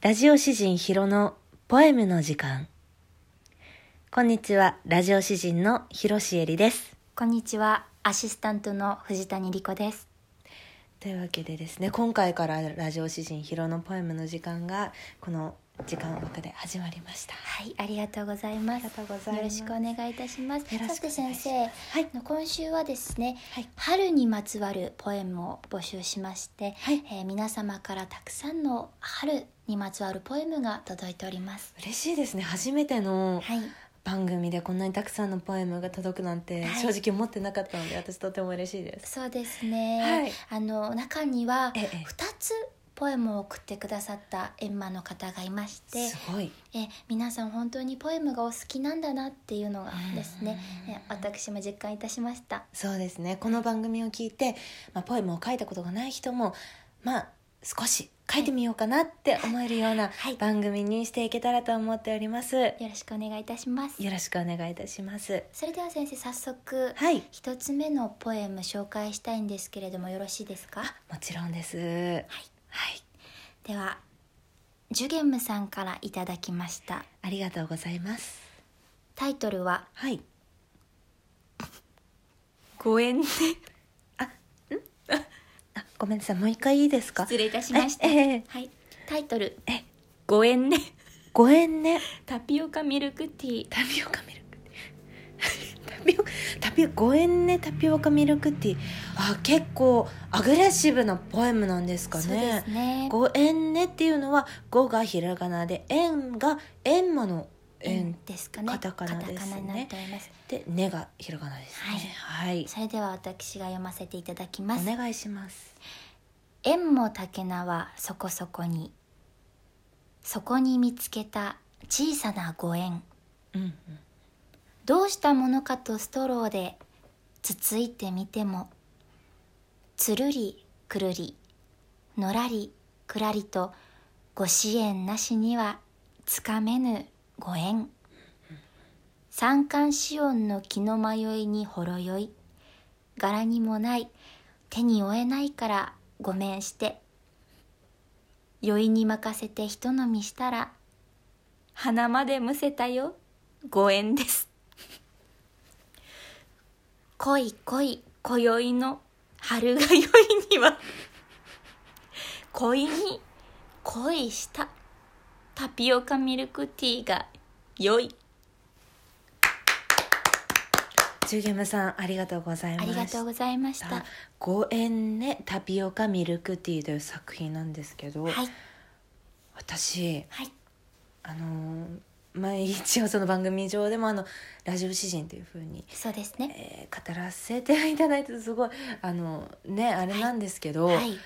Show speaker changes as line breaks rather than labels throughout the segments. ラジオ詩人ヒロのポエムの時間。こんにちは、ラジオ詩人のヒロシエリです。
こんにちは、アシスタントの藤谷理子です。
というわけでですね、今回からラジオ詩人ヒロのポエムの時間が、この時間枠で始まりました。
はい、ありがとうございます。
ありがとうございます
よろしくお願いいたします。
よろし
さ
くお
て
願いし
先生、
はい。
今週はですね、
はい
春にまつわるポエムを募集しまして、
はい
えー皆様からたくさんの春にまつわるポエムが届いております。
嬉しいですね。初めての
はい、
番組でこんなにたくさんのポエムが届くなんて
はい
正直思ってなかったので、私とても嬉しいです。
そうですね。
はい
あの中には
ええ
二つポエムを送ってくださったエンマの方がいまして
す、ごい。
え皆さん本当にポエムがお好きなんだなっていうのがですね
うん
え私も実感いたしました
そうですねこの番組を聞いて、まあ、ポエムを書いたことがない人もまあ少し書いてみようかなって思えるような
はい
番組にしていけたらと思っております、
よろしくお願いいたします
よろしくお願いいたします
それでは先生早速
はい
一つ目のポエム紹介したいんですけれどもよろしいですか
もちろんですはい、
ではジュゲムさんからいただきました
ありがとうございます
タイトルは
はい
「ご縁で
あごめんなさいもう一回いいですか
失礼いたしました、
えええ
はい、タイトル
え
「ご縁ね
ご縁ね
タピオカミルクティー
タピオカミルクティー タピオカタピオご縁ねタピオカミルクティーあ結構アグレッシブなポエムなんです」かね
そうですね
ご縁ねっていうのは「ご」がひらがなで「縁」が「閻魔の縁
ですかね
カタカナですね
カタカナになっております」
で「ね」がひらがなですねはい、
それでは私が読ませていただきます
お願いします
縁も竹縄そこそこにそこに見つけた小さなご縁
うんうん
どうしたものかとストローでつついてみてもつるりくるりのらりくらりとご支援なしにはつかめぬご縁三寒四温の気の迷いにほろ酔い柄にもない手に負えないからごめんして酔いに任せてひと飲みしたら鼻までむせたよご縁です恋恋今宵の春が宵には恋に恋したタピオカミルクティーが良い
ジュゲムさんありがとうござい
あ
ま
り
した
がとうございましたは
「ご縁ねタピオカミルクティー」という作品なんですけど、
いはい
私あのーまあ一応その番組上でもあのラジオ詩人というふうに
そうですね
えー語らせていただいてすごいあのねあれなんですけど、
はい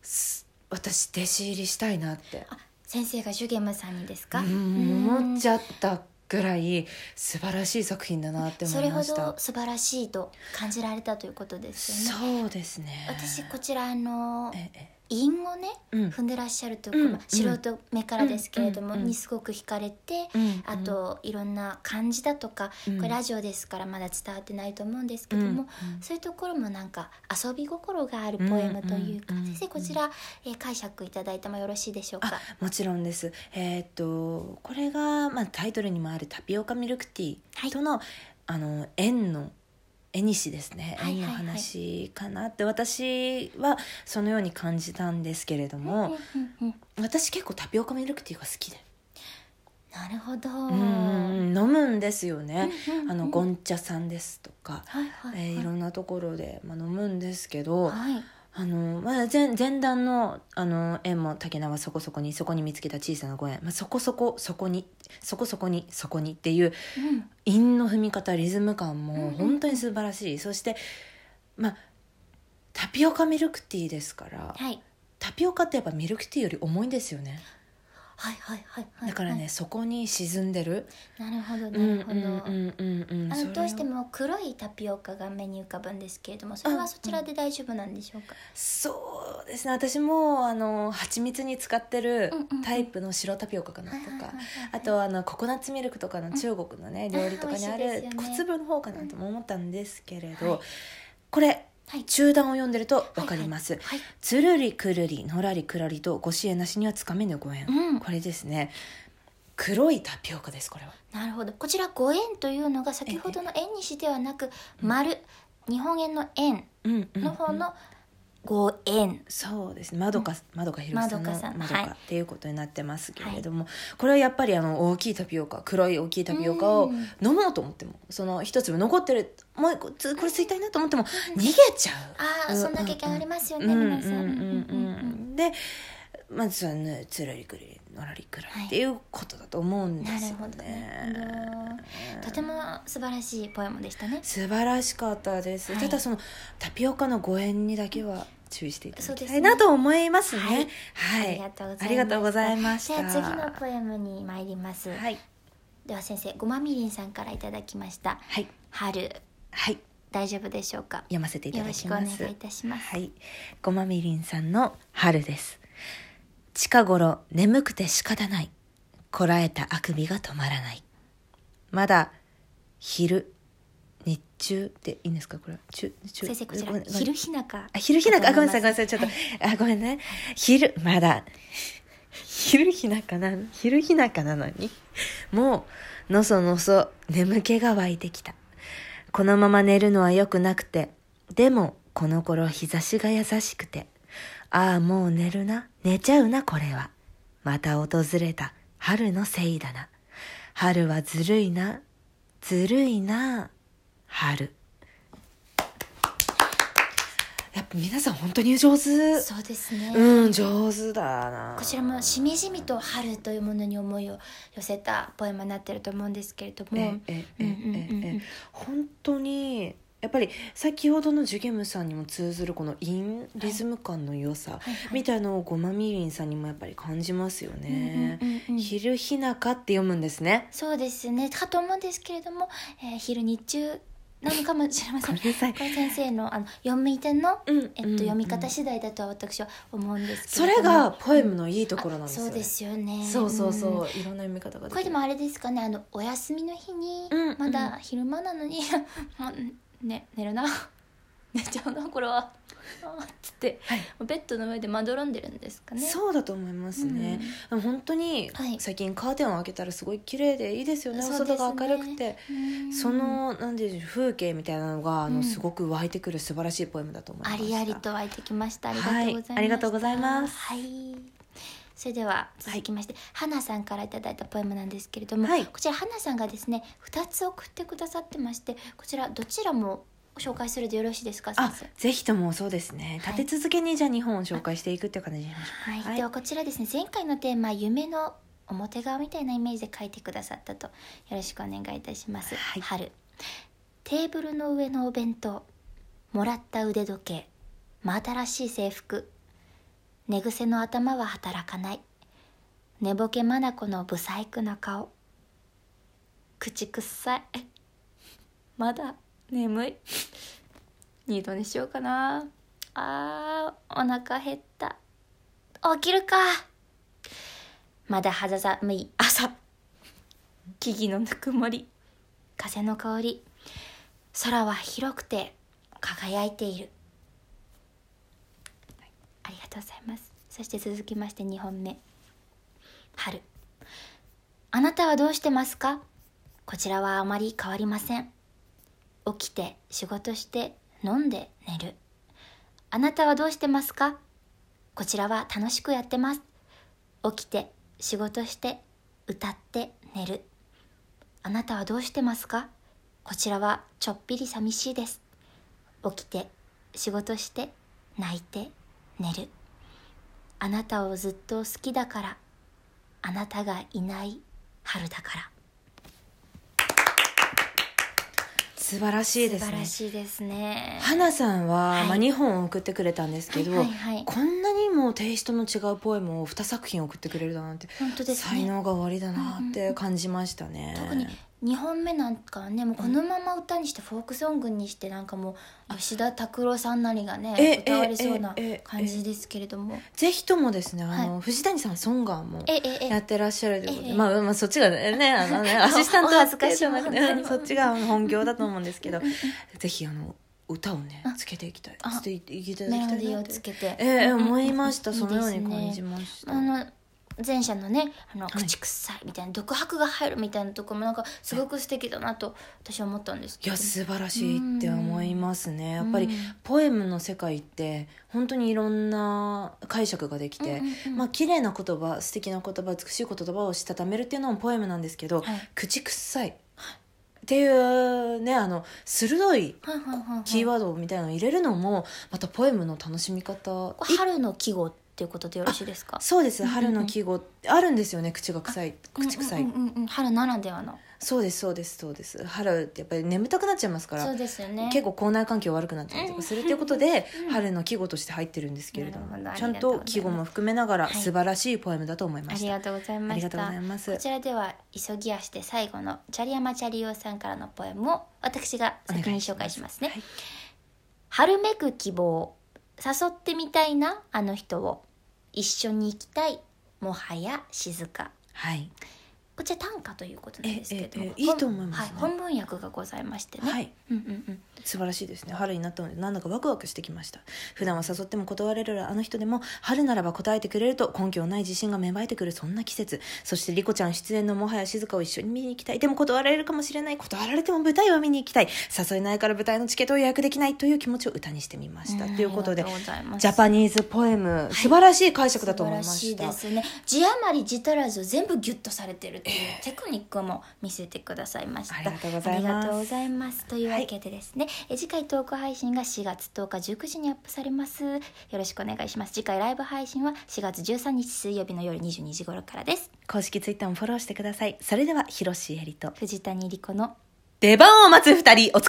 す私弟子入りしたいなって、
あ先生がジュゲムさんにです
う
か
ん思っち
ゃ
ゃったぐらい素晴らしい作品だなって思
それ
い
ほ
まし
ど
た
素晴らしいと感じられたということですよね
そうですね
私こちらあの
ええ
韻をね
うん
踏んでらっしゃるとこ
うん
ろ、素人目からですけれど
う
も、
んうん
にすごく惹かれて、
うん
あといろんな漢字だとか、
うん
これラジオですからまだ伝わってないと思うんですけども、
うんうん
そういうところもなんか遊び心があるポエムというか、
うんうんうん
先生こちら、えー解釈いただいてもよろしいでしょうか
あ。もちろんですえーっとこれが、まあ、タイトルにもある「タピオカミルクティ
は
ー」
い
との,、あの縁の縁西ですね、
はいはいはい
縁の話かなって私はそのように感じたんですけれども、
うんうんうん
私結構タピオカミルクティーが好きで、
なるほど。
うん飲むんですよね、
うんうん
あのゴンチャさんですとか、
はいはいはい
えーいろんなところで、まあ、飲むんですけど、
はい
あのまあ、前前段のあの縁も竹縄そこそこにそこに見つけた小さなご縁、まあ、そこそこそこにそこそこにそこにっていう
うん
韻の踏み方リズム感
うん
も
うん
本当に素晴らしい、そして、まあ、タピオカミルクティーですから
はい
タピオカってやっぱミルクティーより重いんですよね
はいはいはいはい
だからね、そこに沈んでる
なるほどな
うん
る
う
ほど。
んうんうんうん
あの
それ
ど
を
うしても黒いタピオカが目に浮かぶんですけれどもそれ
あ
はそちらで大丈夫なんでしょうか、
そうですね私もあの蜂蜜に使ってる
うんうんうん
タイプの白タピオカかなと
はいはい
か
はいはい
あとはあのココナッツミルクとかの中国のね、料理とかにあ
あー美味し
る
いですよね
小粒の方かなとも思ったんですけれど、
うんはい
これ
はい
中段を読んでるとわかります、
はいはい
つるりくるりのらりくらりとご支援なしにはつかめぬご縁、
うん
これですね黒いタピオカですこれは
なるほどこちらご縁というのが先ほどの円にしてはなく丸日本円の円
うんうん
の方のご縁
そうですね窓か窓かひろさんの
まどか
窓
さん
か
はい
っていうことになってますけれども、これはやっぱりあの大きいタピオカ黒い大きいタピオカ
う
を
ん
飲もうと思ってもその一粒残ってるもう一個つこれ吸いたいなと思っても逃げちゃう。
ああそんな経験ありますよ
う
ね
んうんうん
皆さんうんうん
うんでまずはねつらりくりのらりくらりっていうことだと思うんで
な
す
る
よ
ほど
ね。
ねとても素晴らしいポエムでしたね
素晴らしかったです、
はい
ただそのタピオカのご縁にだけは注意していた
そ
だ
うで
き
す
た
ね
いなと思いますね
あ
はい、
りがとうございます
ありがとうございました
じゃあ次のポエムに参ります
はい
では先生ごまみりんさんからいただきました
はい
春
はい
大丈夫でしょうか
読ませていただきます
よろしくお願いいたします
はいごまみりんさんの春です近頃眠くて仕方ないこらえたあくびが止まらないまだ昼日中でいいんですかこれは中中
先生こちら
ごめんごめん
昼日中
あ、昼日中、あ、ごめんなさい、ごめんなさい、ちょっと、
はい
あ、ごめんね。昼、まだ、昼日中なの、昼日中なのに、もう、のそのそ、眠気が湧いてきた。このまま寝るのは良くなくて、でも、この頃日差しが優しくて、ああ、もう寝るな、寝ちゃうな、これは。また訪れた、春のせいだな。春はずるいな、ずるいな、春。やっぱ皆さん本当に上手。
そうですね、
うん、上手だな。
こちらもしみじみと春というものに思いを寄せたポエムになってると思うんですけれども
ええ
う
え
ん
え
うんうんう
え
ん
え本当にやっぱり先ほどのジュゲムさんにも通ずるこの韻リズム感の良さ
はいはい
みたいのをごまみりんさんにもやっぱり感じますよね
うんうんうんう。ん
昼日中って読むんですね。
そうですねかと思うんですけれども、えー昼日中なのかもしれません
ごめんなさい
これ先生のあの読み手の、
うん
え
う
っ
ん
と、読み方次第だとは私は思うんですけ
そ
れ
れ
ども
がポエムのいいところなんですよ
そう
ね。
ですよね
そうそうそ
ん
う。いろんな読み方が
これでもあれですかねあのお休みの日に、
うん
まだ昼間なのに 「もうね寝るな 寝ちゃうなこれは」 あーっつって、
はい
もうベッドの上でまどろんでるんですかね
そうだと思いますね、でも本当に
はい
最近カーテンを開けたらすごい綺麗でいいですよね、
そう
お
ですね
外が明るくて
うん
そのなんていうんでしょう風景みたいなのがあ
う
の
ん
すごく湧いてくる素晴らしいポエムだと思いま
あ
した
りありと湧いてきましたあ
はい
り
あり
が
が
と
と
う
う
ご
ご
ざ
ざ
い
い
ま
ますす
はいそれでは続きまして、花さんからいただいたポエムなんですけれども、
はい
こちら花さんがですね2つ送ってくださってましてこちらどちらも紹介するでよろしいですか先
あ
生
ぜひともそうですね
はい
立て続けにじゃあ日本を紹介していくっていう感じにしましょ
はい、
はい
ではこちらですね前回のテーマ「夢の表側」みたいなイメージで書いてくださったとよろしくお願いいたします、
はい
春テーブルの上のお弁当もらった腕時計真新しい制服寝癖の頭は働かない寝ぼけ眼の不細工な顔口くっさい まだ眠い二度寝しようかなあーお腹減った起きるかまだ肌寒い朝木々のぬくもり風の香り空は広くて輝いている、ありがとうございますそして続きまして2本目春あなたはどうしてますかこちらはあまり変わりません起きて仕事して飲んで寝るあなたはどうしてますかこちらは楽しくやってます起きて仕事して歌って寝るあなたはどうしてますかこちらはちょっぴり寂しいです起きて仕事して泣いて寝るあなたをずっと好きだからあなたがいない春だから
う素晴らしいです
素晴
ね
らしいですね
花さんは、
はい
まあ、2本送ってくれたんですけど、
はいはいはい
こんなにもテイストの違うポエムを2作品送ってくれるだなんて
本当ですね
才能が終わりだなって感じましたね、
特に2本目なんかはねもうこのまま歌にしてフォークソングにしてなんかもう吉田拓郎さんなりが
え
ね歌われそうな
えええ
感じですけれども
ぜひともですね、あの、藤谷さん、ソンガーも
ええええ
やってらっしゃるということ
え
で、
え
まあ、まあ、そっちが ね、あのね、アシスタント
お恥ずかしい
じゃなくて
お恥ずかし い
そっちが本業だと思うんですけど、ぜひ、あの、歌をね
あ
つけていきたい
あ
つけていきたい
メロディー
な
を
って
つけて
ええええ思いました
うんうん
そのように感じ
いいですね
ました
あの前者のねあの
はい
口臭いみたいな、独白が入るみたいなとこもなんかすごく素敵だなと私は思ったんです
い
けど
や素晴らしいって思いますねやっぱり
うん
ポエムの世界って本当にいろんな解釈ができて
うんうんうん
まあ綺麗な言葉素敵な言葉美しい言葉をしたためるっていうのもポエムなんですけど
はい
口臭いっていうねあの鋭い
はいはいはいはい
キーワードみたいなのを入れるのもまたポエムの楽しみ方
これ春の季語っていうことでよろしいですか
そうです
うんうんうん
春の季語あるんですよね口が臭い口臭
うん
い
うんうんうん春ならではの
そうですそうですそうです春ってやっぱり眠たくなっちゃいますから
そうですよね
結構校内環境悪くなったりとかするっていうことで、春の季語として入ってるんですけれども
なるほど
ちゃんと季語も含めながら
はい
素晴らしいポエムだと思いま
あ
し
り
た、
がとうございま
あり
し
がとうご
た
ざいます
こちらでは急ぎ足で最後のチャリヤマチャリオさんからのポエムを私が先に紹介しますね
はい
春めく希望誘ってみたいなあの人を一緒に行きたいもはや静か
はい
こちら短歌ということなんですけど
ええええいいと思いますね
はい、本文訳がございましてね、
はい
うんうんうん、
素晴らしいですね春になったのでなんだかワクワクしてきました普段は誘っても断れるあの人でも春ならば答えてくれると根拠のない自信が芽生えてくるそんな季節そして莉子ちゃん出演のもはや静かを一緒に見に行きたいでも断られるかもしれない断られても舞台を見に行きたい誘えないから舞台のチケットを予約できないという気持ちを歌にしてみました、
ん
ということで
ありがとうございます
ジャパニーズポエム、素晴らしい解釈だと思いま
素
し
晴
た。
らしいですね字余り字足らずを全部ギュッとされてるっていうテクニックも見せてくださいました、
ありがとうございます
ありがとうございますというわけでですね、え次回トーク配信が4月10日19時にアップされますよろしくお願いします次回ライブ配信は4月13日水曜日の夜22時頃からです
公式ツイッターもフォローしてください。それでは、広ロシエリと
藤谷莉子の
出番を待つ二人、お疲れ様でした